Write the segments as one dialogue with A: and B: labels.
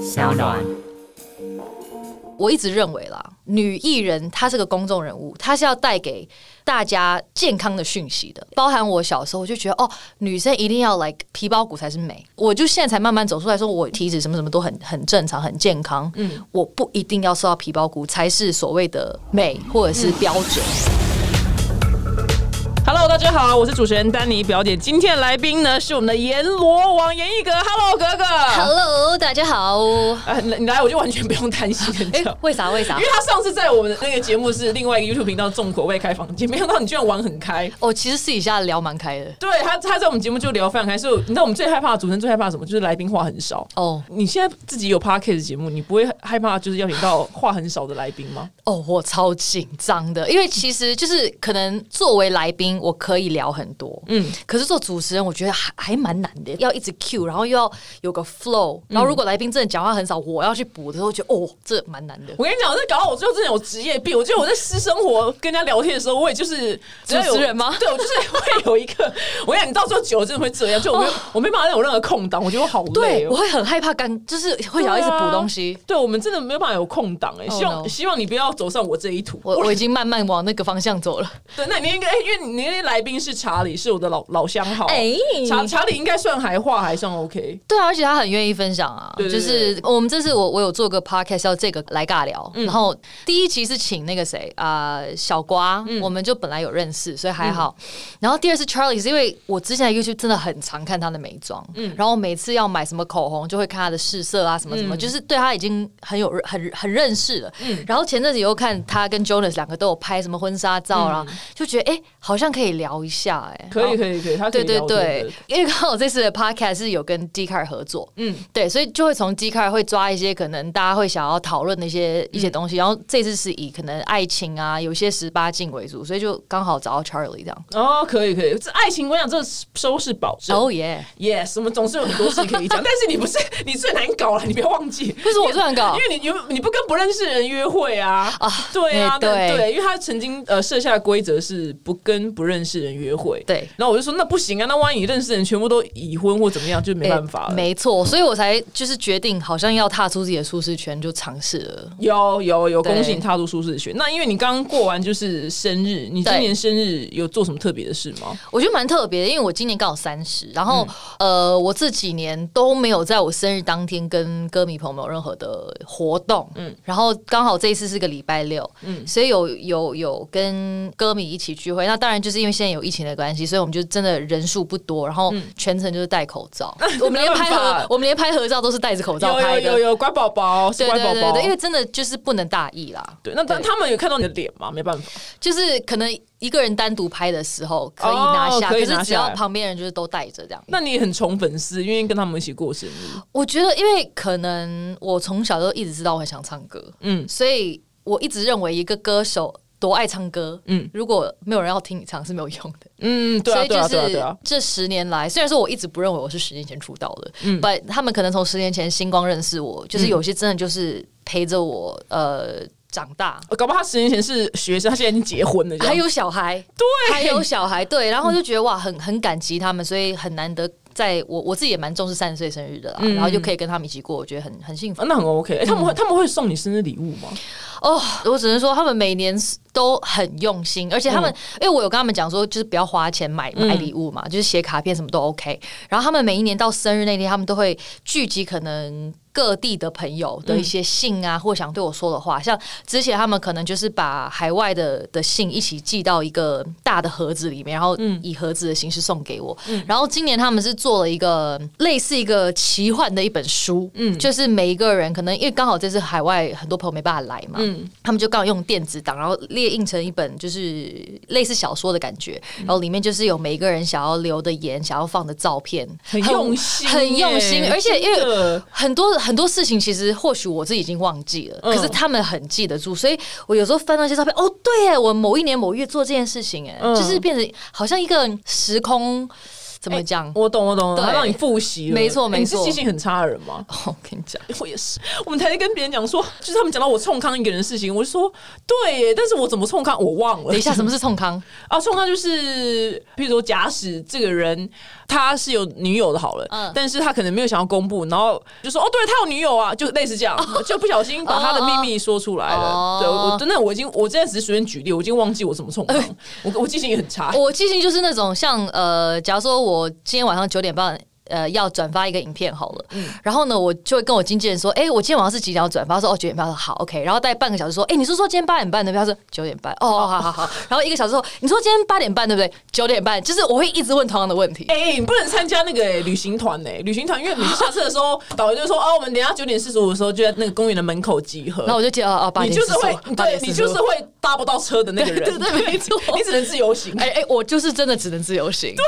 A: 小暖。
B: 我一直认为啦，女艺人她是个公众人物，她是要带给大家健康的讯息的。包含我小时候，我就觉得哦，女生一定要 like 皮包骨才是美。我就现在才慢慢走出来说，我体脂什么什么都很很正常，很健康。嗯，我不一定要瘦到皮包骨才是所谓的美或者是标准。
C: Hello，大家好，我是主持人丹尼表姐。今天的来宾呢是我们的阎罗王严艺格。Hello，格格。
B: Hello，大家好。
C: 呃，你你来我就完全不用担心，你知
B: 哎、
C: 道吗
B: 为啥？为啥
C: 因为？他上次在我们的那个节目是另外一个 YouTube 频道“重口味开房间”，没想到你居然玩很开。
B: 我哦其实私底下聊蛮开的。
C: 对他，他在我们节目就聊非常开，所以你知道我们最害怕的主持人最害怕什么？就是来宾话很少。
B: 哦
C: 你现在自己有 podcast 节目，你不会害怕就是邀请到话很少的来宾吗？
B: 哦，我超紧张的，因为其实就是可能作为来宾，我可以聊很多，嗯，可是做主持人，我觉得还还蛮难的，要一直 Q，然后又要有个 flow，然后
C: 嗯
B: 如果来宾真的讲话很少，我要去补的时候，觉得哦，这蛮难的。
C: 我跟你讲，我在搞到我最后真的有职业病。我觉得我在私生活跟人家聊天的时候，我也就是只要有
B: 主持人吗
C: 对，我就是会有一个。我跟你讲，你到最后久了真的会这样，就我没有、我没办法有任何空档，我觉得我好累
B: 哦对，我
C: 哦。
B: 会很害怕干，就是会想要一直补东西。
C: 对啊我们真的没有办法有空档哎、
B: Oh
C: 希望、
B: no
C: 希望你不要走上我这一途。
B: 我我已经慢慢往那个方向走了。
C: 对，那你应该、因为你那些来宾是查理，是我的老老相好。
B: 哎
C: 查查理应该算还话还算 OK。
B: 对啊，而且他很愿意分享啊。
C: 对对对嗯
B: 就是我们这次我我有做个 podcast 叫这个来尬聊，然后第一期是请那个谁啊、呃小瓜，
C: 嗯
B: 我们就本来有认识，所以还好。然后第二是 Charlie，是因为我之前在 YouTube 真的很常看他的美妆，
C: 嗯
B: 然后每次要买什么口红就会看他的试色啊什么什
C: 嗯
B: 么，就是对他已经很有很很认识了。然后前阵子又看他跟 Jonas 两个都有拍什么婚纱照啦，就觉得哎、诶好像可以聊一下哎、诶
C: 嗯可以可以可以，他可
B: 对
C: 以
B: 对
C: 聊
B: 对
C: 天的，
B: 因为刚好这次的 podcast 是有跟 d c a r 合作，嗯，对，所以就会从 d c a r 会抓一些可能大家会想要讨论的一些一些
C: 嗯
B: 东西，然后这次是以可能爱情啊，有一些十八禁为主，所以就刚好找到 Charlie 这样。
C: 哦，可以可以，这爱情我想这收视保证。
B: 哦耶！
C: Yes，我们总是有很多事 可以讲，但是你不是你最难搞了，你不要忘记，
B: 为什么我最难搞
C: 因为你你你不跟不认识的人约会啊，
B: 啊
C: 对啊，
B: 哎
C: 对
B: 对
C: 因为他曾经呃设下的规则是不跟不认识人约会，
B: 对
C: 然后我就说那不行啊，那万一你认识的人全部都已婚或怎么样，就没办法
B: 哎
C: 了。
B: 没错，所以我才就是决定，好像要踏出自己的舒适圈，就尝试了。
C: 有有有，
B: 对
C: 恭喜你踏入舒适圈。那因为你刚过完就是生日，你今
B: 对
C: 年生日有做什么特别的事吗？
B: 我觉得蛮特别的，因为我今年刚好三十，然后、
C: 嗯
B: 呃，我这几年都没有在我生日当天跟歌迷朋友们有任何的活动，嗯，然后刚好这一次是个礼拜六，嗯，所以有有有跟歌迷一起聚会。那当然就是因为现在有疫情的关系，所以我们就真的人数不多，然
C: 嗯
B: 后全程就是戴口 罩，我们连拍
C: 没办法
B: 合我们连拍合照都是戴着口罩
C: 有有
B: 拍的，
C: 有有，乖宝宝是
B: 对
C: 乖
B: 对
C: 宝
B: 对对
C: 宝，
B: 对，因为真的就是不能大意啦，
C: 对，那但
B: 对
C: 他们有看到你的脸吗？没办法。
B: 就是可能一个人单独拍的时候可以拿
C: 哦
B: 下，
C: 可以拿
B: 是只
C: 下
B: 要
C: 来
B: 旁边人就是都戴着这样。
C: 那你也很宠粉丝，因为跟他们一起过生日。
B: 我觉得，因为可能我从小就一直知道我很想唱歌，
C: 嗯
B: 嗯，所以我一直认为一个歌手多爱唱歌，
C: 嗯
B: 嗯，如果没有人要听你唱是没有用的。
C: 嗯，对啊，对啊，对
B: 所
C: 啊，
B: 以
C: 对
B: 就是
C: 啊。
B: 这十年来，虽然说我一直不认为我是十年前出道的，嗯，但他们可能从十年前星光认识我，就是有些真的就是陪着
C: 嗯
B: 我呃长大，
C: 呃搞不好他十年前是学生，他现在已经结婚了，这
B: 还
C: 样。
B: 有小孩，
C: 对
B: 还有小孩，对，然后就觉得哇，很很感激他们，所以很难得。在我我自己也蛮重视三十岁生日的啦，
C: 嗯
B: 然后就可以跟他们一起过，我觉得很很幸福
C: 啊。那很 OK，、欸、他们会、他们会送你生日礼物吗？
B: 哦，我只能说他们每年都很用心，而且他们，因为我有跟他们讲说，就是不要花钱买买礼物嘛，就是写卡片什么都 OK。然后他们每一年到生日那天，他们都会聚集可能。各地的朋友的一些信啊，或想对我说的话，像之前他们可能就是把海外的的信一起寄到一个大的盒子里面，然后
C: 嗯
B: 以盒子的形式送给我。然后今年他们是做了一个类似一个奇幻的一本书，嗯，就是每一个人可能因为刚好这次海外很多朋友没办法来嘛，
C: 嗯
B: 他们就刚好用电子档，然后列印成一本就是类似小说的感觉，
C: 嗯
B: 然后里面就是有每一个人想要留的言、想要放的照片，
C: 很用心欸
B: 很用心，而且因
C: 真
B: 为
C: 的
B: 很多很多事情，其实或许我自己已经忘记了，
C: 嗯
B: 可是他们很记得住，所以我有时候翻到一些照片，哦，对耶，我某一年某月做这件事情，哎、
C: 嗯
B: 就是变成好像一个时空。怎么讲？
C: 哎 我懂，我懂，我
B: 对
C: 懂他让你复习了，
B: 没错
C: 哎你是
B: 没错
C: 记性很差的人吗？
B: 哦我跟你讲，
C: 我也是，我们才在跟别人讲说，就是他们讲到我冲康一个人的事情，我就说对耶，但是我怎么冲康我忘了。
B: 等一 下，什么是冲康？
C: 啊，冲康就是，譬如说，假使这个人他是有女友的，好了，
B: 嗯
C: 但是他可能没有想要公布，然后就说哦，对他有女友啊，就类似这样，就不小心把他的秘密说出来了。
B: 哦呃
C: 对，我真的我已经我现在只是随便举例，我已经忘记我怎么冲康，我我记性也很差。
B: 我记性就是那种像呃，假如说我今天晚上九点半。呃，要转发一个影片好了，
C: 嗯
B: 然后呢，我就会跟我经纪人说，哎、我今天晚上是几点要转发？他说哦九点半，他说好，OK。然后待半个小时说，哎、你是说今天八点半对不对？他说九点半，哦，好好 好。然后一个小时后，你说今天八点半对不对？九点半，就是我会一直问同样的问题。
C: 哎、你不能参加那个、哎旅行团呢、哎旅行团因为每次下车的时候，导游就说哦，我们等一下九点四十五的时候就在那个公园的门口集合。
B: 然后我就记得哦哦，八
C: 你
B: 点
C: 就
B: 四
C: 是
B: 十
C: 会，
B: 五，八
C: 对
B: 点四
C: 你
B: 十
C: 就
B: 五
C: 是会搭不到车的那个人，
B: 对对对没错
C: 你只能自由行。
B: 哎哎，我就是真的只能自由行。对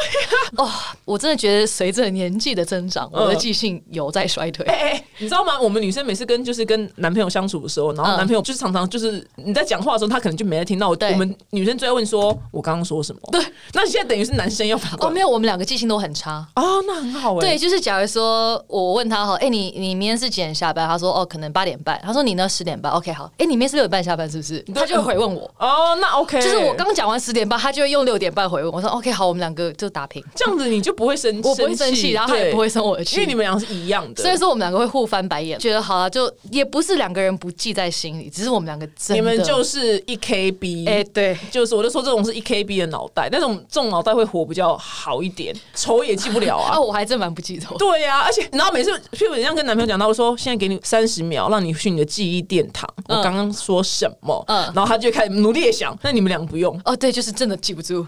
B: 呀、哦，我真的觉得随着年纪的增长，我的
C: 啊嗯
B: 记性有在衰退。
C: 哎、哎，你知道吗？我们女生每次跟就是跟男朋友相处的时候，然后
B: 嗯
C: 男朋友就是常常就是你在讲话的时候，他可能就没在听到。
B: 对
C: 我们女生最爱问说：“我刚刚说什么？”对，那你现在等于是男生要反
B: 哦，
C: 过来
B: 没有，我们两个记性都很差。
C: 哦，那很好哎、
B: 对，就是假如说我问他好，哎、你你明天是几点下班？他说哦，可能八点半。他说你呢？十点半。OK，好。哎、你明天是六点半下班是不是？他就会回问我。
C: 哦，那 OK，
B: 就是我刚讲完十点半，他就会用六点半回问我说：“OK，好，我们两个就打平，
C: 这样子，你就不会生，
B: 我不会生气，然后他也
C: 对
B: 不会，生我的气。
C: 因为你们俩是一样的。
B: 所以说我们两个会互翻白眼，觉得好了、啊就也不是两个人不记在心里，只是我们两个真的
C: 你们就是一 KB，
B: 哎、对，
C: 就是我就说这种是一 KB 的脑袋，但是我们这种脑袋会活比较好一点，仇也记不了啊
B: 啊，。我还真蛮不记得。
C: 对呀、而且然后每次，譬如你这样跟男朋友讲到，我说现在给你三十秒，让你去你的记忆殿堂，
B: 嗯
C: 我刚刚说什么？
B: 嗯
C: 然后他就开始努力的想。那你们俩不用，
B: 哦，对，就是真的记不住。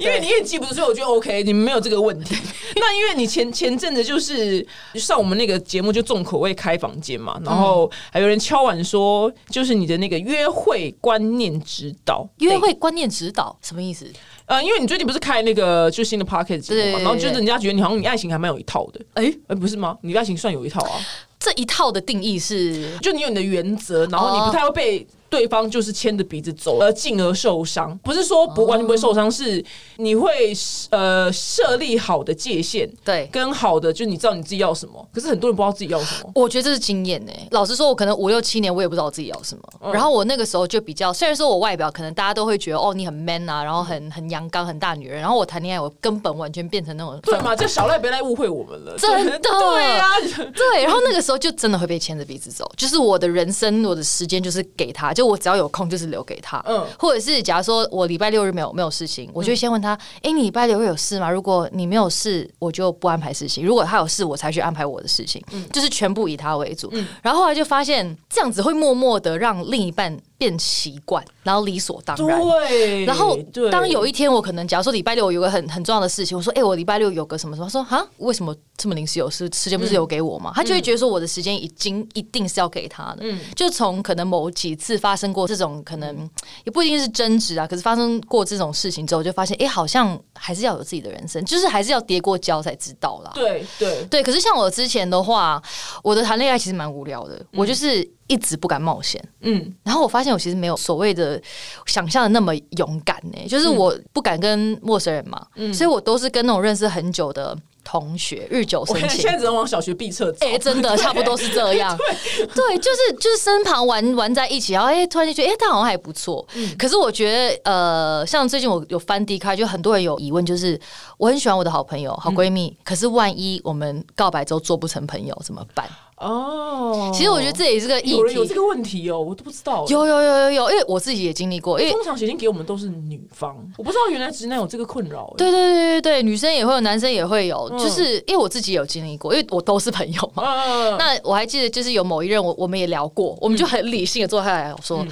C: 因为你也记不住，所以我觉得 OK，你们没有这个问 题。那因为你前前阵子就是上我们那个节目就重口味开房间嘛，然
B: 嗯
C: 后还有人敲碗说，就是你的那个约会观念指导，
B: 约会观念指导什么意思？
C: 呃，因为你最近不是开那个就新的 p o c k e t 节目嘛，
B: 对
C: 然后就是人家觉得你好像你爱情还蛮有一套的，
B: 哎、
C: 哎、不是吗？你爱情算有一套啊。
B: 这一套的定义是
C: 就你有你的原则，然后你不太会被对方就是牵着鼻子走，而进而受伤。不是说不完全不会受伤，是你会呃设立好的界限，
B: 对。
C: 跟好的就是你知道你自己要什么。可是很多人不知道自己要什么。
B: 我觉得这是经验呢、老实说，我可能五六七年，我也不知道我自己要什么。然后我那个时候就比较，虽然说我外表可能大家都会觉得哦，你很 man 啊，然后很很阳刚，很大女人。然后我谈恋爱，我根本完全变成那种
C: 对嘛？这小赖别来误会我们了，
B: 真的
C: 对啊，
B: 对。然后那个时候就真的会被牵着鼻子走，就是我的人生，我的时间就是给他，就我只要有空就是留给他。嗯
C: 嗯，
B: 或者是假如说我礼拜六日没有没有事情，我就会先问他，哎、你礼拜六日有事吗？如果你没有事，我就不安排事情；如果他有事，我才去安排我的事情。就是全部以他为主。然后后来就发现这样子会默默的让另一半变习惯，然后理所当然。
C: 对。
B: 然后
C: 对，
B: 当有一天我可能，假如说礼拜六有个很很重要的事情，我说，哎、我礼拜六有个什么什么，他说哈，为什么这么临时有事？时间不是留给我吗？
C: 嗯
B: 他就会觉得说我的时间已经一定是要给他的。嗯，就从可能某几次发生过这种可
C: 嗯
B: 能也不一定是争执啊，可是发生过这种事情之后，我就发现，哎、好像还是要有自己的人生，就是还是要跌过跤才知道啦。
C: 对对，
B: 对，可是像我之前的话，我的谈恋爱其实蛮无聊的，我就是一直不敢冒险。
C: 嗯，
B: 然后我发现我其实没有所谓的想象的那么勇敢呢、就是
C: 嗯
B: 我不敢跟陌生人嘛，所以我都是跟那种认识很久的同学，日久
C: 我
B: 生
C: 现在
B: 情
C: 现。在只能往小学毕测 走。
B: 哎、真 的差不多是这样。对，就是就是身旁玩玩在一起，然后哎、突然就觉得哎、他好像还不错。
C: 嗯
B: 可是我觉得呃，像最近我有翻 D 开，就很多人有疑问，就是我很喜欢我的好朋友、好闺蜜，
C: 嗯
B: 可是万一我们告白之后做不成朋友怎么办？
C: 哦，
B: 其实我觉得这也是个议
C: 有人有这
B: 题。
C: 个问题哦，我都不知道。
B: 有有有有有，因为我自己也经历过，因为
C: 通常写信给我们都是女方，我不知道原来直男有这个困扰。哎
B: 对对对对对，女生也会有，男生也会有，
C: 嗯
B: 就是因为我自己有经历过，因为我都是朋友嘛。
C: 嗯
B: 那我还记得，就是有某一任我我们也聊过，我们就很理性的坐下来
C: 嗯
B: 说，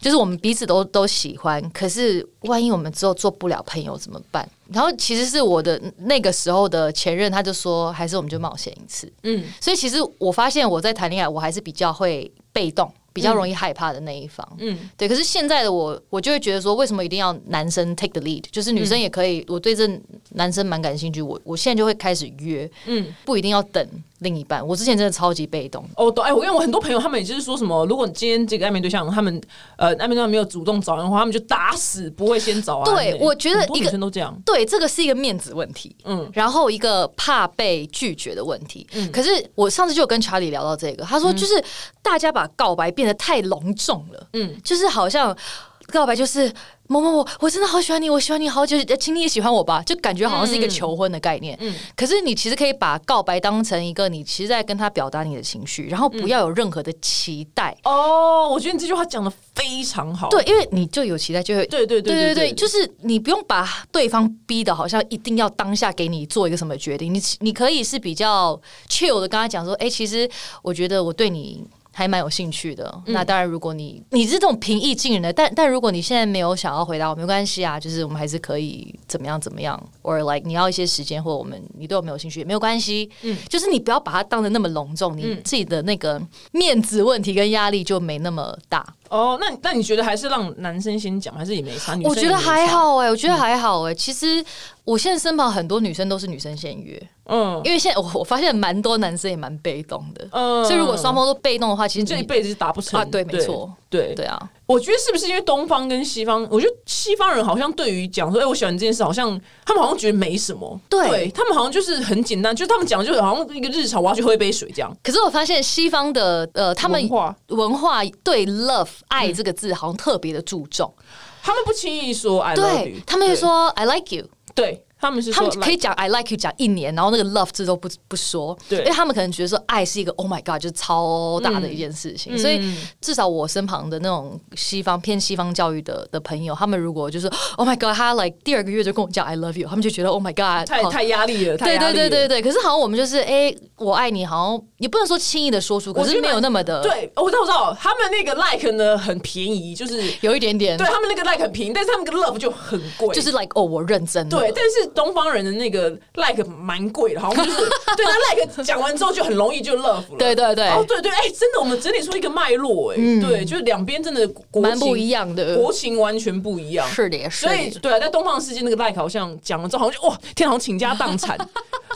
B: 就是我们彼此都都喜欢，可是万一我们之后做不了朋友怎么办？然后其实是我的那个时候的前任，他就说，还是我们就冒险一次。
C: 嗯，
B: 所以其实我发现我在谈恋爱，我还是比较会被动，比较容易害怕的那一方。
C: 嗯，
B: 对。可是现在的我，我就会觉得说，为什么一定要男生 take the lead？就是女
C: 嗯
B: 生也可以，我对这男生蛮感兴趣，我我现在就会开始约，
C: 嗯，
B: 不一定要等另一半。我之前真的超级被动，
C: 哦，懂哎，我因为我很多朋友，他们也就是说什么，如果你今天这个暧昧对象，他们呃暧昧对象没有主动找人的话，他们就打死不会先找啊。
B: 对我觉得
C: 很多
B: 一
C: 女
B: 个
C: 生都这样，
B: 对，这个是一个面子问题，嗯，然后一个怕被拒绝的问题。可是我上次就有跟查理聊到这个，他说就是大家把告白变得太隆重了，嗯，就是好像告白就是。某某某，我真的好喜欢你，我喜欢你好久，哎请你也喜欢我吧，就感觉好像是一个求婚的概念。可是你其实可以把告白当成一个你其实在跟他表达你的情绪，然后不要有任何的期待。
C: 哦，我觉得你这句话讲的非常好。
B: 对，因为你就有期待，就会
C: 对对对
B: 对
C: 对
B: 对，
C: 对，
B: 就是你不用把对方逼的，好像一定要当下给你做一个什么决定，你你可以是比较 chill 的跟他讲说，哎、其实我觉得我对你。还蛮有兴趣的。
C: 嗯
B: 那当然，如果你你是这种平易近人的，但但如果你现在没有想要回答我，没关系啊，就是我们还是可以怎么样怎么样，or like 你要一些时间，或者我们你对我没有兴趣也没有关系。嗯，就是你不要把它当得那么隆重，你
C: 嗯
B: 自己的那个面子问题跟压力就没那么大。
C: 哦，那你那你觉得还是让男生先讲，还是也没差？女生
B: 我觉得
C: 也没差
B: 还，好哎、我觉得还好哎、其实我现在身旁很多女生都是女生先约，
C: 嗯
B: 因为现在我我发现蛮多男生也蛮被动的，
C: 嗯
B: 所以如果双方都被动的话，其实
C: 这一
B: 你
C: 辈子是达不成
B: 啊对没错，
C: 对
B: 对啊，
C: 我觉得是不是因为东方跟西方？我觉得西方人好像对于讲说“哎、我喜欢你”这件事，好像他们好像觉得没什么，
B: 对
C: 他们好像就是很简单，就是他们讲就好像一个日常，我要去喝一杯水这样。
B: 可是我发现西方的呃，他们
C: 文化
B: 文化对 love 爱这个字好像特别的注重，
C: 他们不轻易说嗯 “I love you”，
B: 对他们会说 I like you。
C: 对对他们是
B: 他
C: 说
B: 们可以讲 I like you 讲一年，然后那个 love 字都不不说，
C: 对
B: 因为他们可能觉得说爱是一个 Oh my God，就是超大的一件事
C: 嗯
B: 情，所以至少我身旁的那种西方偏西方教育的的朋友，他们如果就是 Oh my God，他 like 第二个月就跟我讲 I love you，他们就觉得 Oh my God，
C: 太
B: 好
C: 太压力了，太
B: 对
C: 压
B: 对
C: 力
B: 对对
C: 了。
B: 对，可是好像我们就是哎、我爱你，好像也不能说轻易的说出，可
C: 我觉
B: 是
C: 得
B: 没有那么的，，
C: 对，我知道，我知道，他们那个 like 呢很便宜，就是
B: 有一点点，
C: 对他们那个 like 很便宜，但是他们的 love 就很贵，
B: 嗯就是 like 哦，我认真了
C: 对，但是东方人的那个 like 蛮贵的，好像就是对他 like 讲完之后就很容易就 love 了。
B: 对对对
C: 哦对对，哎、真的，我们整理出一个脉络、哎、对，就是两边真的国
B: 蛮
C: 情
B: 不一样的
C: 国情完全不一样。
B: 是的，也是
C: 所以
B: 的。
C: 对啊，在东方世界那个 like 好像讲了之后，好像就哇天啊，好像倾家荡 产，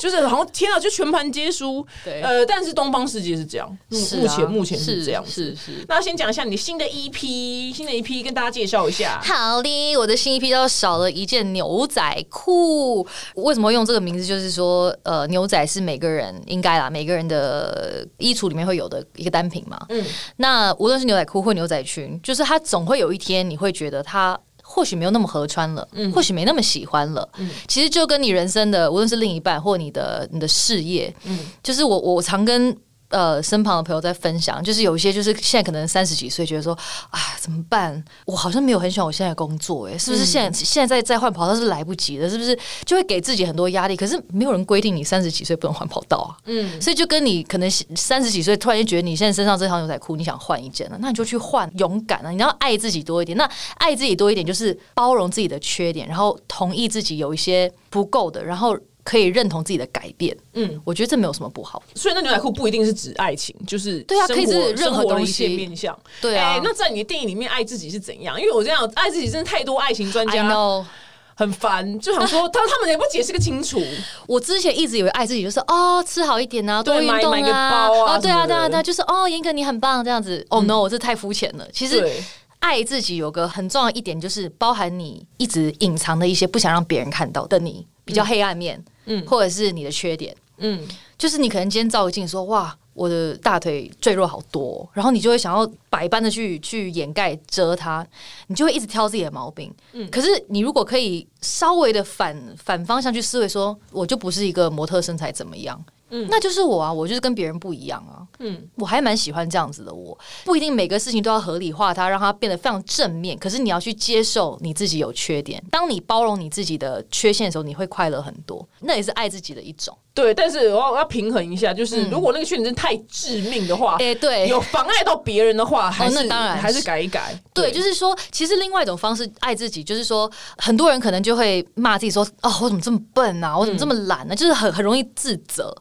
C: 就是好像天啊，就全盘皆输。
B: 对
C: 呃，但是东方世界是这样，目
B: 是啊
C: 嗯目前目前
B: 是
C: 是这样子。
B: 是是。
C: 那先讲一下你新的 EP，新的 EP 跟大家介绍一下。
B: 好的，我的新一批都少了一件牛仔裤。为什么会用这个名字？就是说，呃，牛仔是每个人应该啦，每个人的呃衣橱里面会有的一个单品嘛。嗯，那无论是牛仔裤或牛仔裙，就是它总会有一天你会觉得它。或许没有那么合穿了，或许没那么喜欢了。其实就跟你人生的，无论是另一半或你的你的事业，就是我我常跟呃身旁的朋友在分享，就是有一些就是现在可能三十几岁，觉得说啊怎么办？我好像没有很喜欢我现在的工作、欸，哎，是不是现在、现在再再换跑道是来不及的？是不是就会给自己很多压力？可是没有人规定你三十几岁不能换跑道啊，嗯，所以就跟你可能三十几岁突然间觉得你现在身上这条牛仔裤你想换一件了，那你就去换，勇敢啊！你要爱自己多一点，那爱自己多一点就是包容自己的缺点，然后同意自己有一些不够的，然后。可以认同自己的改变，嗯，我觉得这没有什么不好。
C: 所以那牛仔裤不一定是指爱情，就是
B: 对啊
C: 生
B: 可以
C: 活
B: 是任何
C: 生活的
B: 东
C: 一
B: 西
C: 些面向。
B: 对啊
C: 哎那在你的电影里面，爱自己是怎样？因为我这样爱自己真的太多爱情专
B: I
C: 家
B: know，
C: 很烦，就想 说他他们也不解释个清楚。
B: 我之前一直以为爱自己就是哦，吃好一点啊，多
C: 对
B: 运
C: 买
B: 动
C: 买个包啊
B: 哦，对
C: 什
B: 啊，
C: 么的嗯
B: 对啊，对啊，就是哦，严格你很棒这样子。哦、no，这太肤浅了。其实
C: 对
B: 爱自己有个很重要一点，就是包含你一直隐藏的一些不想让别人看到的你比较黑暗面，嗯，或者是你的缺点，
C: 嗯，
B: 就是你可能今天照个镜说哇。我的大腿赘肉好多哦，然后你就会想要百般的去去掩盖遮它，你就会一直挑自己的毛病。可是你如果可以稍微的反反方向去思维说，我就不是一个模特身材怎么样，那就是我啊，我就是跟别人不一样啊。嗯，我还蛮喜欢这样子的我。不一定每个事情都要合理化它，让它变得非常正面。可是你要去接受你自己有缺点，当你包容你自己的缺陷的时候，你会快乐很多。那也是爱自己的一种。
C: 对，但是我要我要平衡一下，就是如果那个缺点真的太致命的话，
B: 哎、嗯 对，哦
C: 有妨碍到别人的话，还是、
B: 那当然
C: 还是改一改。
B: 对，就是说，其实另外一种方式爱自己，就是说，很多人可能就会骂自己说：“哦，我怎么这么笨啊？我怎么这么懒呢、就是很很容易自责。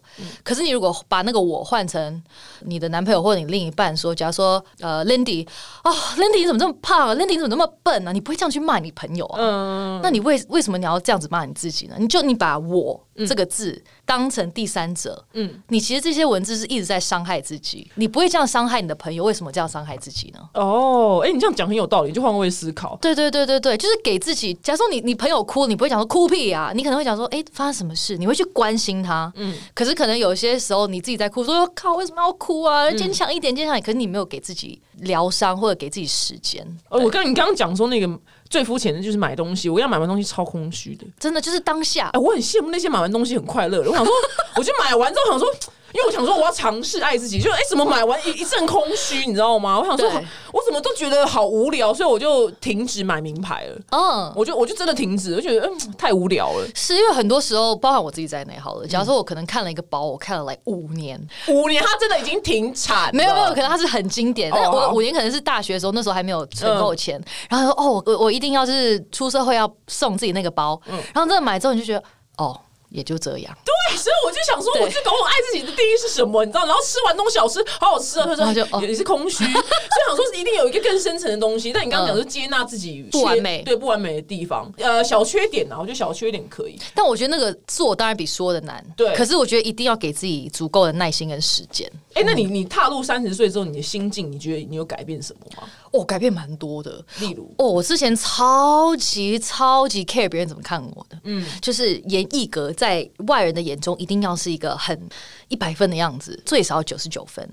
B: 可是你如果把那个我换成你的男朋友或者你另一半说，假如说呃，Lindy，哦，Lindy 你怎么这么胖啊？Lindy 你怎么那么笨啊？你不会这样去骂你
C: 嗯
B: 朋友啊？那你为为什么你要这样子骂你自己呢？你就你把我这个字当成第三者，
C: 嗯，
B: 你其实这些文字是一直在伤害自己，你不会这样伤害你的朋友，为什么这样伤害自己呢？
C: 哦，哎、你这样讲很有道理，就换位思考。
B: 对对对对对，就是给自己。假如说你你朋友哭，你不会讲说哭屁啊，你可能会讲说，哎、发生什么事？你会去关心他。嗯，可是可能有些时候你自己在哭，说哦靠，为什么要哭
C: 嗯
B: 啊？坚强一点，坚强一点。可是你没有给自己疗伤或者给自己时间。
C: 哦，我跟你刚刚讲说那个最肤浅的就是买东西，我跟你讲买完东西超空虚的。
B: 真的就是当下
C: 哎、，我很羡慕那些买完东西很快乐的。我想说，我就买完之后想说，因为我想说我要尝试爱自己，就哎、怎么买完一一阵空虚，你知道吗？我想说
B: 对，
C: 我怎么都觉得好无聊，所以我就停止买名牌了。
B: 嗯，
C: 我就我就真的停止，我觉得嗯太无聊了。
B: 是因为很多时候，包含我自己在内好了。假如说我可能看了一个包，我看了来五年，
C: 五年它真的已经停产了，
B: 没有没有，可能它是很经典。
C: 哦
B: 但是我
C: 好
B: 五年可能是大学的时候，那时候还没有存够钱，然后说哦，我我一定要就是出社会要送自己那个包，然后真的买之后你就觉得哦，也就这样，
C: 对，所以我就想说，
B: 对
C: 我就搞我爱自己的定义是什么，你知道？然后吃完东西好吃，好好吃啊，他
B: 然
C: 说
B: 后就哦
C: 也也是空虚，所以想说一定有一个更深层的东西。但你刚刚讲说接纳自己
B: 嗯不完美
C: 缺对不完美的地方，呃，小缺点啊，我觉得小缺点可以。
B: 但我觉得那个做当然比说的难，
C: 对
B: 可是我觉得一定要给自己足够的耐心跟时间。
C: 哎、
B: 哦
C: 那你你踏入三十岁之后，你的心境，你觉得你有改变什么吗？
B: 哦，改变蛮多的。
C: 例如，
B: 哦，我之前超级超级 care 别人怎么看我的，嗯，就是演艺格在外人的眼中一定要是一个很一百分的样子，最少九十九分。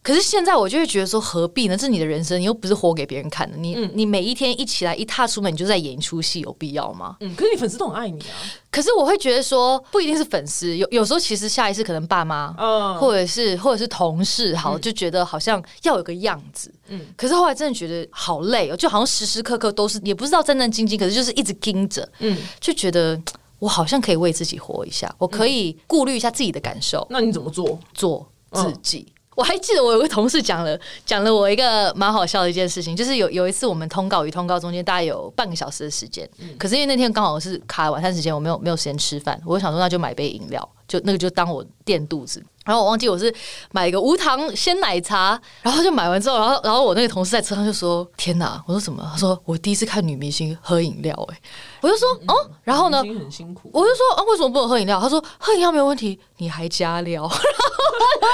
B: 可是现在我就会觉得说，何必呢？这是你的人生，你又不是活给别人看的。你、你每一天一起来，一踏出门你就在演一出戏，有必要吗？
C: 嗯，可是你粉丝都很爱你啊，
B: 可是我会觉得说，不一定是粉丝，有有时候其实下一次可能爸妈，
C: 嗯
B: 或者是或者是同事，好、就觉得好像要有个样子，嗯。可是后来真的觉得好累哦，就好像时时刻刻都是，也不知道战战兢兢，可是就是一直盯着，嗯，就觉得。我好像可以为自己活一下，我可以顾虑一下自己的感受，
C: 那你怎么做？
B: 做自己。哦我还记得我有个同事讲了讲了我一个蛮好笑的一件事情，就是有有一次我们通告与通告中间大概有半个小时的时间，可是因为那天刚好是卡晚餐时间，我没有没有时间吃饭，我就想说那就买杯饮料，就那个就当我垫肚子。然后我忘记我是买一个无糖鲜奶茶，然后就买完之后，然后然后我那个同事在车上就说：“天哪！”我说：“怎么了？”他说：“我第一次看女明星喝饮料。”哎，我就说：“哦。”然后呢
C: 已，经很辛苦，
B: 我就说：“啊，为什么不能喝饮料？”他说：“喝饮料没有问题，你还加料。”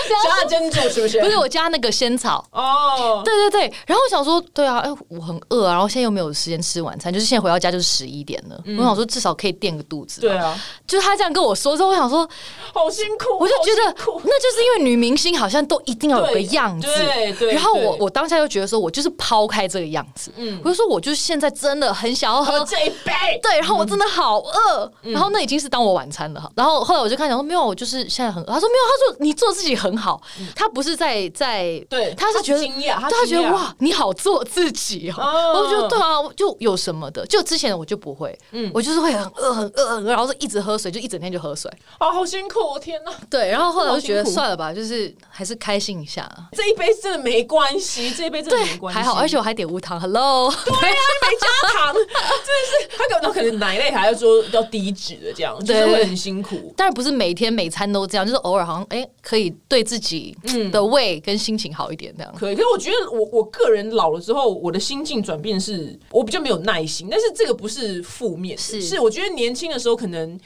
C: 加珍珠是不是？
B: 不是我加那个仙草。
C: 哦，
B: 对对对，然后我想说，对啊，哎，我很饿啊，然后现在又没有时间吃晚餐，就是现在回到家就是十一点了。我想说，至少可以垫个肚子。
C: 嗯对，啊，
B: 就是他这样跟我说之后，我想说，
C: 好辛苦，
B: 我就觉
C: 好
B: 得
C: 辛苦
B: 那就是因为女明星好像都一定要有个
C: 对
B: 样子。
C: 对对
B: 然后我
C: 对
B: 我当下就觉得说，我就是抛开这个样子，我就说我就是现在真的很想要喝
C: 嗯喝这一杯，
B: 对，然后我真的好饿，
C: 嗯
B: 然后那已经是当我晚餐了。然后后来我就看讲说没有，我就是现在很饿。他说没有，他说你做自己很好，他不是在在，
C: 嗯对
B: 他是
C: 他
B: 觉得
C: 惊讶他
B: 对他觉
C: 惊
B: 得
C: 讶
B: 哇，你好做自己哦。
C: 哦
B: 我觉得对啊，就有什么的，就之前我就不会，
C: 嗯
B: 我就是会很饿很饿很饿，然后就一直喝水，就一整天就喝水。
C: 啊，好辛苦，天哪！
B: 对，然后后来我
C: 好
B: 就觉得
C: 辛苦
B: 算了吧，就是还是开心一下。
C: 这一杯真的没关系，这一杯真的没
B: 对，
C: 关系，啊
B: 还好，而且我还点无糖，Hello，对呀，
C: 没加糖，真的是他可能可能奶类还要说要低脂的这样，就是
B: 对
C: 会很辛苦。
B: 当然不是每天每餐都这样，就是偶尔好像哎、可以对自己
C: 嗯
B: 的胃跟心情好一点这样。
C: 可以，可是我觉得我我个人老了之后，我的心境转变是，我比较没有耐心，但是这个不是负面的，
B: 是
C: 是我觉得年轻的时候可能。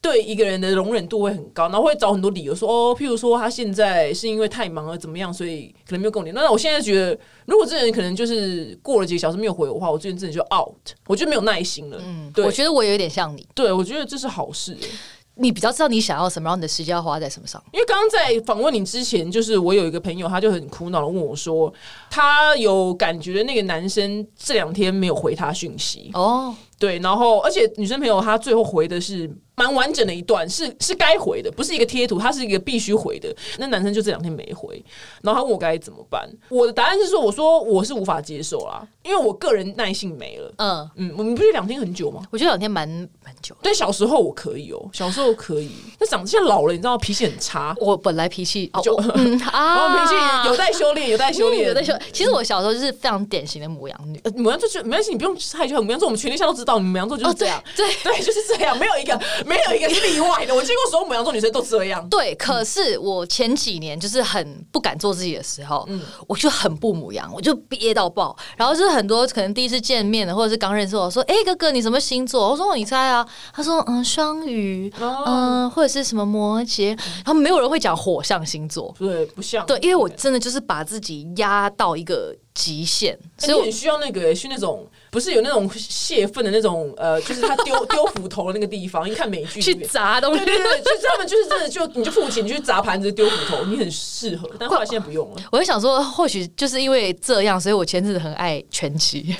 C: 对一个人的容忍度会很高，然后会找很多理由说哦，譬如说他现在是因为太忙了怎么样，所以可能没有跟我联络。那我现在觉得，如果这个人可能就是过了几个小时没有回我的话，我这个人真的就 out，我就没有耐心了。嗯，对
B: 我，觉得我有点像你，
C: 对，我觉得这是好事、欸
B: 你比较知道你想要什么，然后你的时间要花在什么上。
C: 因为刚刚在访问你之前，就是我有一个朋友，他就很苦恼的问我说，他有感觉那个男生这两天没有回他讯息，
B: 哦，
C: 对，然后而且女生朋友她最后回的是蛮完整的一段，是是该回的，不是一个贴图，它是一个必须回的。那男生就这两天没回，然后他问我该怎么办，我的答案是说，我说我是无法接受啦，因为我个人耐性没了。
B: 嗯，
C: 嗯，我们不是两天很久吗？
B: 我觉得两天蛮蛮久的。
C: 对，小时候我可以哦、小时候可以，那长现在老了，你知道脾气很差，
B: 我本来脾气哦，
C: 就
B: 我 嗯
C: 然后
B: 啊，
C: 脾气有待修炼，有待修
B: 嗯
C: 炼，
B: 有在修。其实我小时候就是非常典型的母羊女，
C: 呃。母羊座就没关系，你不用害羞。母羊座我们群里下都知到，你们羊座就是这样，
B: 哦对
C: 对，就是这样，没有一个没有一个是例外的。我见过所有母羊座女生都这样，
B: 对，可是我前几年就是很不敢做自己的时候，
C: 嗯
B: 我就很不母羊，我就憋到爆。然后就是很多可能第一次见面的，或者是刚认识我，我说：“哎、哥哥，你什么星座？”我说：“哦你猜啊。”他说：“嗯，双鱼，
C: 哦嗯
B: 嗯，或者是什么摩羯。”然后没有人会讲火象星座，
C: 对，不像
B: 对，因为我真的就是把自己压到一个极限，所以
C: 你
B: 我
C: 很需要那个去那种不是有那种泄愤的那种呃，就是他丢丢斧头的那个地方，你看美剧里
B: 去
C: 面。
B: 砸东西
C: 对。对对，就是他们就是真的就你就付钱，你去砸盘子丢斧头，你很适合。但后来现在不用了，
B: 我就想说，或许就是因为这样，所以我前阵子很爱拳 击，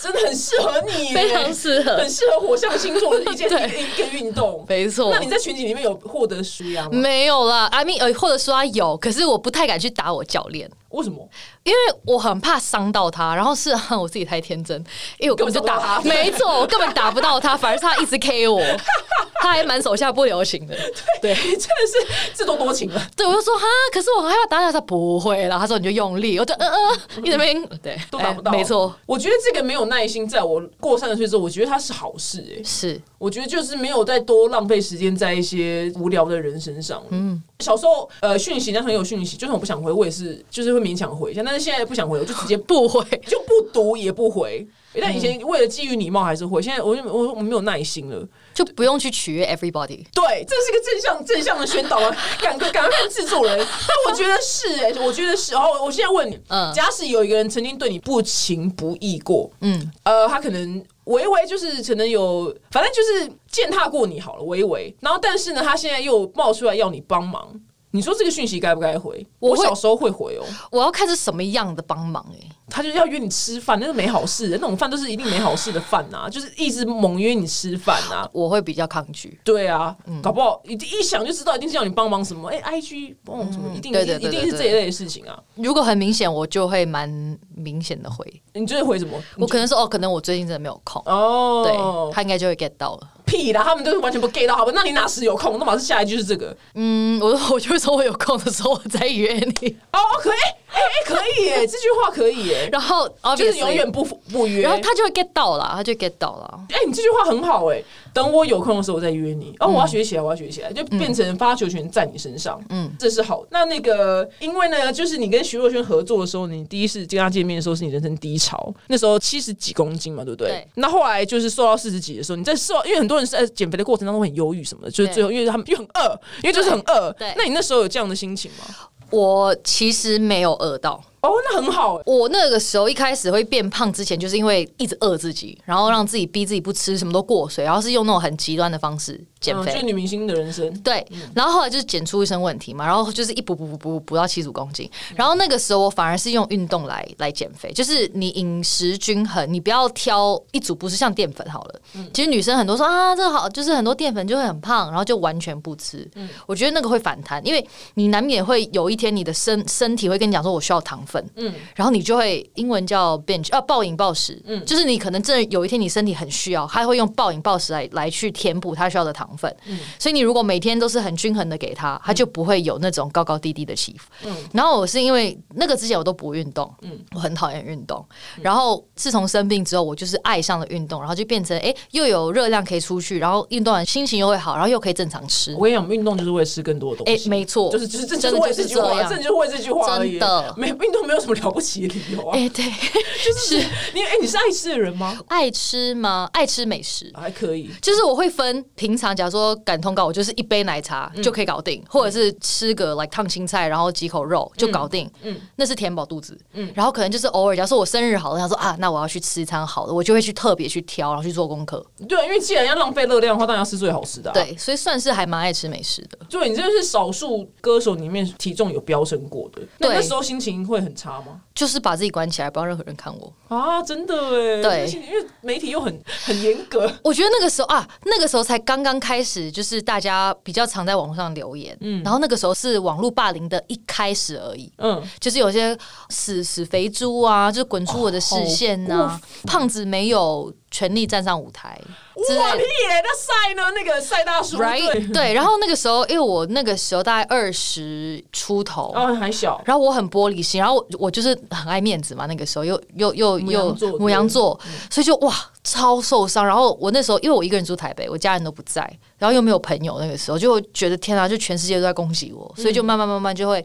C: 真的很适合你 耶，
B: 非常适合
C: 很适合火象星座的一件
B: 对
C: 一个运动。
B: 没错。
C: 那你在群体里面有获得舒压吗？
B: 没有啦，I mean，呃，或者说他有，可是我不太敢去打我教练，
C: 为什么？
B: 因为我很怕伤到他。然后是 我自己太天真，因为我根本就
C: 根本打
B: 打，
C: 不到 他
B: 没错，我根本打不到他，反而是他一直 K 我， 他还蛮手下不留情的。
C: 对， 真的是自动多情啊了。
B: 对，我就说哈，可是我还要打打他，不会啦。他说你就用力，我就嗯嗯，你那 边对
C: 都达不到、
B: 哎没错，，
C: 我觉得这个没有耐心，在我过三十岁之后，我觉得它是好事、哎，
B: 是
C: 我觉得就是没有再多浪费时间在一些无聊的人身上。嗯，小时候呃讯息，那很有讯息，就算我不想回，我也是就是会勉强回一下。但是现在不想回，我就直接
B: 不会。
C: 就不读也不回。嗯但以前为了基于礼貌还是会，现在我就我我没有耐心了。
B: 就不用去取悦 everybody，
C: 对，这是一个正向正向的宣导啊！赶快赶快看制作人，但我觉得是哎、我觉得是。然后我现在问你，
B: 嗯
C: 假使有一个人曾经对你不情不义过，
B: 嗯，
C: 呃，他可能微微就是可能有，反正就是践踏过你好了，微微。然后但是呢，他现在又冒出来要你帮忙，你说这个讯息该不该回？
B: 我
C: 我
B: 会
C: 小时候会回哦，
B: 我要看是什么样的帮忙哎、
C: 他就要约你吃饭，那是没好事的，那种饭都是一定没好事的饭呐、就是一直猛约你吃饭啊呐、
B: 我会比较抗拒，
C: 对啊，
B: 嗯
C: 搞不好一一想就知道，一定是要你帮忙什么，哎、i g 帮我什么，一定
B: 对
C: 一
B: 嗯对
C: 定一
B: 对
C: 定是
B: 对
C: 这一类的事情啊。
B: 如果很明显，我就会蛮明显的回，
C: 你就会回什么？
B: 我可能说哦，可能我最近真的没有空，
C: 哦
B: 对，他应该就会 get 到了。
C: 屁啦，他们都是完全不 get 到，好吧？那你哪时有空？那马上下一句是这个。
B: 嗯，我 我就会说我有空的时候我再约你，
C: 哦，可以，哎、哎哎可以耶，这句话可以耶，
B: 然 后 obviously,
C: 就是永远不不约。
B: 然后他就会 get 到啦，他就 get 到啦。
C: 哎、你这句话很好哎、等我有空的时候我再约你。
B: 嗯
C: 哦，我要学起来，我要学起来，就变成发球权在你身上。嗯，这是好。那那个，因为呢，就是你跟徐若瑄合作的时候，你第一次跟她见面的时候是你人生低潮，那时候七十几公斤嘛，对不对？
B: 对
C: 那后来就是瘦到四十几的时候，你在瘦，因为很多人是在减肥的过程当中会很忧郁什么的，就是最后因为他们又很饿，因为就是很饿。
B: 对对
C: 那你那时候有这样的心情吗？
B: 我其实没有饿到，
C: 哦，那很好、哎
B: 我那个时候一开始会变胖之前，就是因为一直饿自己，然后让自己逼自己不吃什么都过水，然后是用那种很极端的方式减
C: 嗯
B: 肥。
C: 就是女明星的人生。
B: 对，然后后来就是减出一身问题嘛，然后就是一补补补补补到七十五公斤，然后那个时候我反而是用运动来来减肥，就是你饮食均衡，你不要挑一组不是像淀粉好了，其实女生很多说啊这个好，就是很多淀粉就会很胖，然后就完全不吃，我觉得那个会反弹，因为你难免会有一天你的身身体会跟你讲说我需要糖分，嗯，然后你就会英文叫 binge 啊暴饮暴食，嗯，就是你可能真的有一天你身体很需要，它会用暴饮暴食来来去填补它需要的糖分，
C: 嗯
B: 所以你如果每天都是很均衡的给他，他就不会有那种高高低低的起伏。
C: 嗯
B: 然后我是因为那个之前我都不运动，我很讨厌运动。
C: 嗯
B: 然后自从生病之后，我就是爱上了运动，然后就变成哎、诶又有热量可以出去，然后运动完心情又会好，然后又可以正常吃
C: 我。跟你讲，运动就是为了吃更多的东
B: 哎、
C: 西。
B: 没错，
C: 就是就是这
B: 真
C: 就是
B: 的
C: 为了
B: 就
C: 这
B: 是
C: 句
B: 这
C: 话，
B: 样
C: 这。就是为了这句话而已。
B: 真的
C: 没运动没有什么了不起的理由啊。
B: 哎、对，
C: 就是你哎、你是爱吃的人吗？
B: 爱吃吗？爱吃美食。
C: 还可以。
B: 就是我会分平常，假如说赶通告，我就是一杯奶茶就可以搞定，或者是吃个 like 烫青菜，然后几口肉就搞定，嗯嗯，那是填饱肚子，嗯，然后可能就是偶尔，假如说我生日好了，想说啊，那我要去吃一餐好的，我就会去特别去挑，然后去做功课，
C: 对，啊因为既然要浪费热量的话，当然要吃最好吃的、啊。，
B: 对，所以算是还蛮爱吃美食的。
C: 对你真的是少数歌手里面体重有飙升过的。那
B: 对
C: 你那时候心情会很差吗？
B: 就是把自己关起来，不让任何人看我。
C: 啊，真的哎。
B: 对
C: 而且因为媒体又很很严格。
B: 我觉得那个时候啊，那个时候才刚刚开始，就是大家比较常在网络上留言，嗯，然后那个时候是网络霸凌的一开始而已，
C: 嗯，
B: 就是有些死死肥猪啊，就是滚出我的视线呐、
C: 哦好
B: 胖子没有全力站上舞台之
C: 哇
B: 类
C: 屁
B: 的。
C: 耶！那赛呢？那个赛大叔
B: Right，
C: 对，
B: 对，然后那个时候，因为我那个时候大概二十出头，
C: 哦还小，
B: 然后我很玻璃心，然后我我就是很爱面子嘛，那个时候又又又
C: 母羊
B: 又
C: 座
B: 母羊座，所以就哇超受伤。然后我那时候因为我一个人住台北，我家人都不在，然后又没有朋友，那个时候就觉得天啊，就全世界都在攻击
C: 嗯
B: 我，所以就慢慢慢慢就会。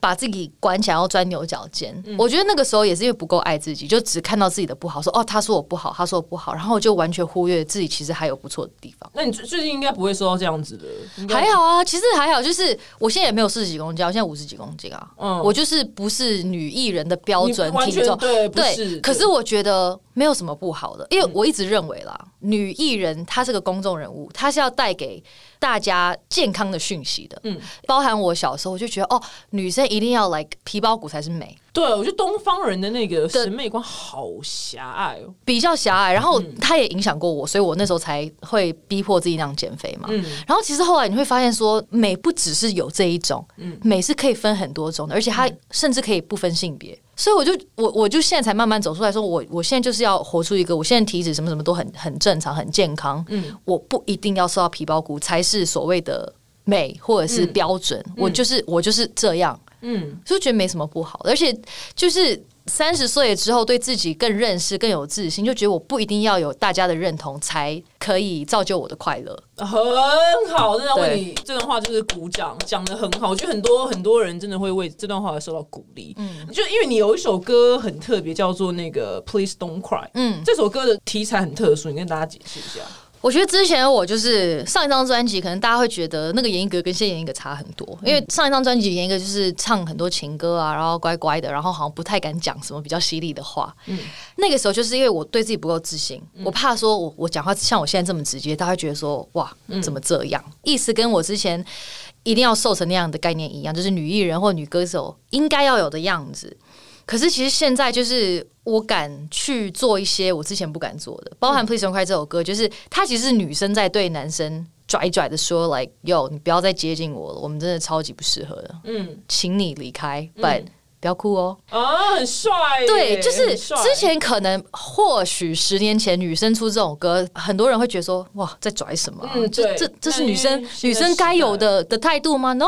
B: 把自己关起来，要钻牛角尖。
C: 嗯
B: 我觉得那个时候也是因为不够爱自己，就只看到自己的不好，说哦，他说我不好，他说我不好，然后我就完全忽略自己其实还有不错的地方。
C: 那你最最近应该不会收到这样子的，应该
B: 还好啊，其实还好，就是我现在也没有四十几公斤啊，我现在五十几公斤啊，
C: 嗯
B: 我就是不是女艺人的标准
C: 你完
B: 体
C: 全
B: 重，
C: 对嗯不
B: 对
C: 是。
B: 可是我觉得没有什么不好的，因为我一直认为啦，女艺人她是个公众人物，她是要带给大家健康的讯息的。嗯，包含我小时候，我就觉得哦，女生一定要 like 皮包骨才是美，
C: 对我觉得东方人的那个审美观好狭隘哦。
B: 比较狭隘，然后他也影响过我，所以我那时候才会逼迫自己那样减肥嘛。然后其实后来你会发现说，美不只是有这一种，美是可以分很多种的，而且它甚至可以不分性别。所以我就我我就现在才慢慢走出来说，我我现在就是要活出一个，我现在体脂什么什么都很很正常，很健康。我不一定要瘦到皮包骨才是所谓的美或者是标准，我就是我就是这样。
C: 嗯，
B: 就觉得没什么不好的，而且就是三十岁之后对自己更认识、更有自信，就觉得我不一定要有大家的认同才可以造就我的快乐。
C: 很好，真的
B: 对
C: 为你这段话就是鼓掌，讲的很好。我觉得很多很多人真的会为这段话受到鼓励。嗯，就因为你有一首歌很特别，叫做那个《Please Don't Cry》。嗯，这首歌的题材很特殊，你跟大家解释一下。
B: 我觉得之前我就是上一张专辑，可能大家会觉得那个严艺格跟现在严艺格差很多，因为上一张专辑严艺格就是唱很多情歌啊，然后乖乖的，然后好像不太敢讲什么比较犀利的话。那个时候就是因为我对自己不够自信，我怕说我我讲话像我现在这么直接，大家会觉得说哇怎么这样？意思跟我之前一定要瘦成那样的概念一样，就是女艺人或女歌手应该要有的样子。可是其实现在就是我敢去做一些我之前不敢做的，包含《Please Don't Cry》这首歌，就是它其实是女生在对男生拽拽的说，like yo，你不要再接近我了，我们真的超级不适合的，
C: 嗯，
B: 请你离开，but 不要哭哦。
C: 啊，很帅耶。
B: 对，就是
C: 很帅
B: 之前可能或许十年前女生出这种歌，很多人会觉得说哇，在拽什么啊、
C: 嗯
B: 这
C: 对
B: 这这是
C: 那
B: 女
C: 因为
B: 生
C: 现
B: 女
C: 在
B: 生
C: 时代
B: 该有的的态度吗？No，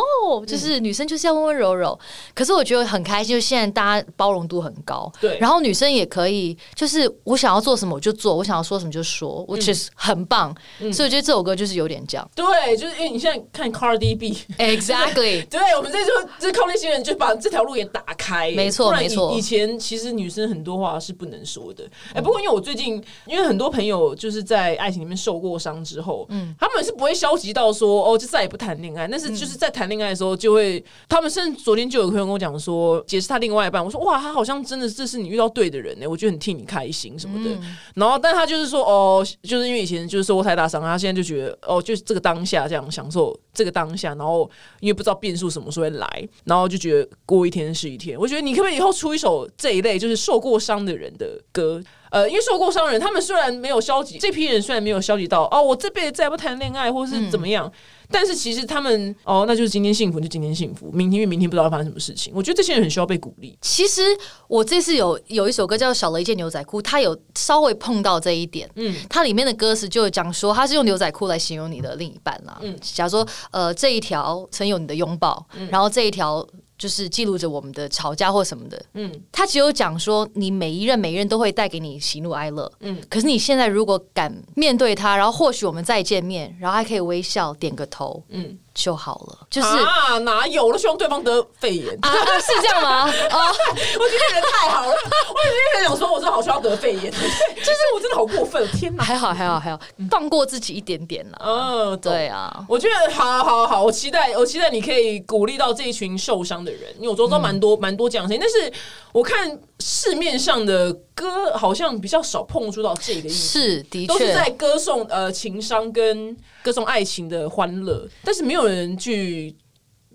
B: 就是女生就是要温温柔柔。可是我觉得很开心，就是现在大家包容度很高，
C: 对
B: 然后女生也可以，就是我想要做什么我就做，我想要说什么就说，我其
C: 嗯
B: 实很棒。所以我觉得这首歌就是有点这样
C: 对，就是因为你现在看 Cardi B。
B: ，Exactly。
C: 对，我们这就这靠那些人就把这条路给打开，
B: 没错
C: 不然以
B: 没错嗯
C: 以前其实女生很多话是不能说的，哎、不过因为我最近因为很多朋友就是在爱情里面受过伤之后，嗯，他们是不会消极到说哦就再也不谈恋爱，但
B: 嗯
C: 是就是在谈恋爱的时候就会，他们甚至昨天就有朋友跟我讲说，解释他另外一半，我说哇，他好像真的这是你遇到对的人呢、我觉得很替你开心什么的，然后但他就是说哦，就是因为以前就是受过太大伤害，他现在就觉得哦，就是这个当下这样享受这个当下，然后因为不知道变数什么时候会来，然后就觉得过一天是一天。我觉得你可不可以以后出一首这一类就是受过伤的人的歌？呃，因为受过伤的人，他们虽然没有消极，这批人虽然没有消极到哦，我这辈子再也不谈恋爱，或是怎么样。但是其实他们哦，那就是今天幸福就今天幸福，明天因为明天不知道会发生什么事情。我觉得这些人很需要被鼓励。
B: 其实我这次有有一首歌叫《少了一件牛仔裤》，它有稍微碰到这一点。嗯，它里面的歌词就有讲说，它是用牛仔裤来形容你的另一半啦。嗯，假如说呃这一条曾有你的拥抱，然后这一条就是记录着我们的吵架或什么的。嗯，它只有讲说你每一任每一任都会带给你喜怒哀乐。嗯，可是你现在如果敢面对它，然后或许我们再见面，然后还可以微笑点个头，嗯就好了。就是啊
C: 啊，哪有？我都希望对方得肺炎。
B: 啊是这样 吗？哦。
C: 我今天人太 好了，我今天人想说，我真的好需要得肺炎， 就是我真的好过分，天 哪！
B: 还好，还好，还好，放过自己一点点啦。
C: 嗯，懂。
B: 对啊，
C: 我觉得好好好，我期待，我期待你可以鼓励到这一群受伤的人，因为我周遭蛮多蛮、多这样的事情，但是我看市面上的歌好像比较少碰触到这个意思，
B: 是的
C: 都是在
B: 确，
C: 歌颂呃情伤跟歌颂爱情的欢乐，但是没有人去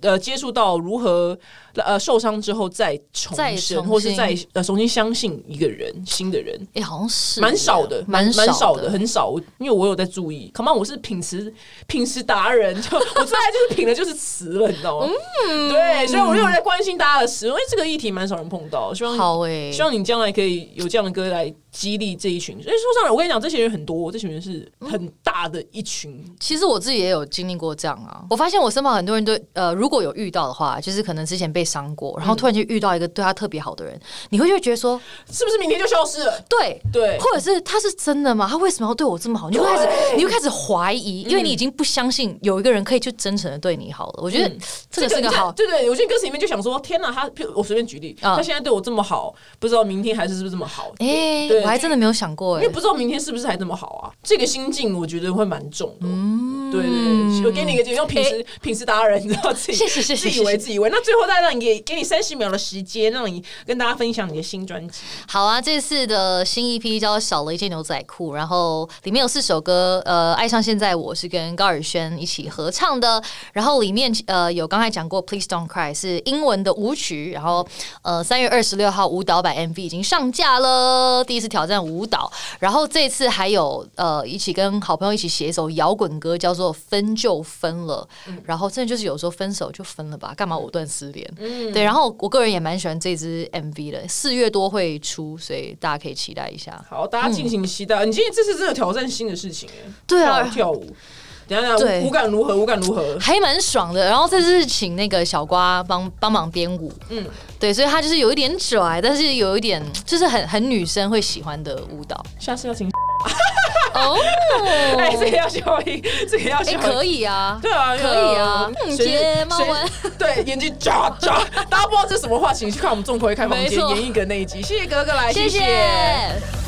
C: 呃接触到如何呃受伤之后再重
B: 再
C: 生，
B: 重
C: 或是
B: 新
C: 再呃重新相信一个人新的人，
B: 哎，好像是
C: 蛮少的，蛮
B: 蛮
C: 蛮少
B: 的
C: 的，。很少。我因为我有在注意，Come on，我是品词品词达人， 就我最爱就是品的就是词了，你知道吗？
B: 嗯
C: 对，所以我就有在关心大家的词，因为这个议题蛮少人碰到，希望
B: 好哎
C: 希，望你将来可以有这样的歌来激励这一群。所以说上来，我跟你讲，这些人很多，这群人是很大的一群。
B: 其实我自己也有经历过这样啊，我发现我身旁很多人都呃，如果有遇到的话，就是可能之前被伤过，
C: 嗯
B: 然后突然就遇到一个对他特别好的人，你会就觉得说，
C: 是不是明天就消失了？
B: 对
C: 对
B: 或者是他是真的吗？他为什么要对我这么好？你就开始，你就开始怀疑，
C: 嗯
B: 因为你已经不相信有一个人可以去真诚的对你好了。我
C: 嗯
B: 觉得这个是个好，
C: 对对，我觉得歌词里面就想说，天哪，他譬如我随便举例，
B: 啊
C: 他现在对我这么好，不知道明天还是是不是这么好？
B: 哎、
C: 对
B: 我还真的没有想过、
C: 因
B: 哎
C: 为，不知道明天是不是还这么好啊？这个心境我觉得会蛮重的。嗯，对对，我给你一个解释，用平时、平时达人，你知道自己
B: 哎谢谢谢谢
C: 自以为自以为。那最后再让你给给你三十秒的时间，让你跟大家分享你的新专辑。
B: 好啊，这次的新一批叫《少了一件牛仔裤》，然后里面有四首歌，呃，《爱上现在我》是跟高尔宣一起合唱的，然后里面呃有刚才讲过《Please Don't Cry》是英文的舞曲，然后呃三月二十六号舞蹈版 MV 已经上架了，第一次挑战舞蹈，然后这次还有呃一起跟好朋友一起写一首摇滚歌，叫做《分就分了》，然后真的就是有时候分手就分了吧，干嘛藕断丝连？对，然后我个人也蛮喜欢这支 MV 的，四月多会出，所以大家可以期待一下。
C: 好，大家敬请期待。你今天这次真的挑战新的事情、哎，
B: 嗯对啊
C: 跳跳舞。等一下等一
B: 对
C: 下，无感如何？无感如何？
B: 还蛮爽的，然后这次请那个小瓜帮帮忙编舞，
C: 嗯
B: 嗯，对，所以他就是有一点拽，但是有一点就是很很女生会喜欢的舞蹈
C: 下次要请，
B: 哦，
C: 哎、这个要消音，这个要消
B: 哎
C: 音。
B: 可以啊，
C: 对啊，
B: 可以啊，
C: 对
B: 嗯，
C: 随
B: 睫毛
C: 随
B: 弯，
C: 对，眼睛眨眨，大家不知道这是什么话，请去看我们重口味开房
B: 没
C: 间
B: 错
C: 演绎个那一集。谢谢哥哥来，
B: 谢
C: 谢
B: 谢。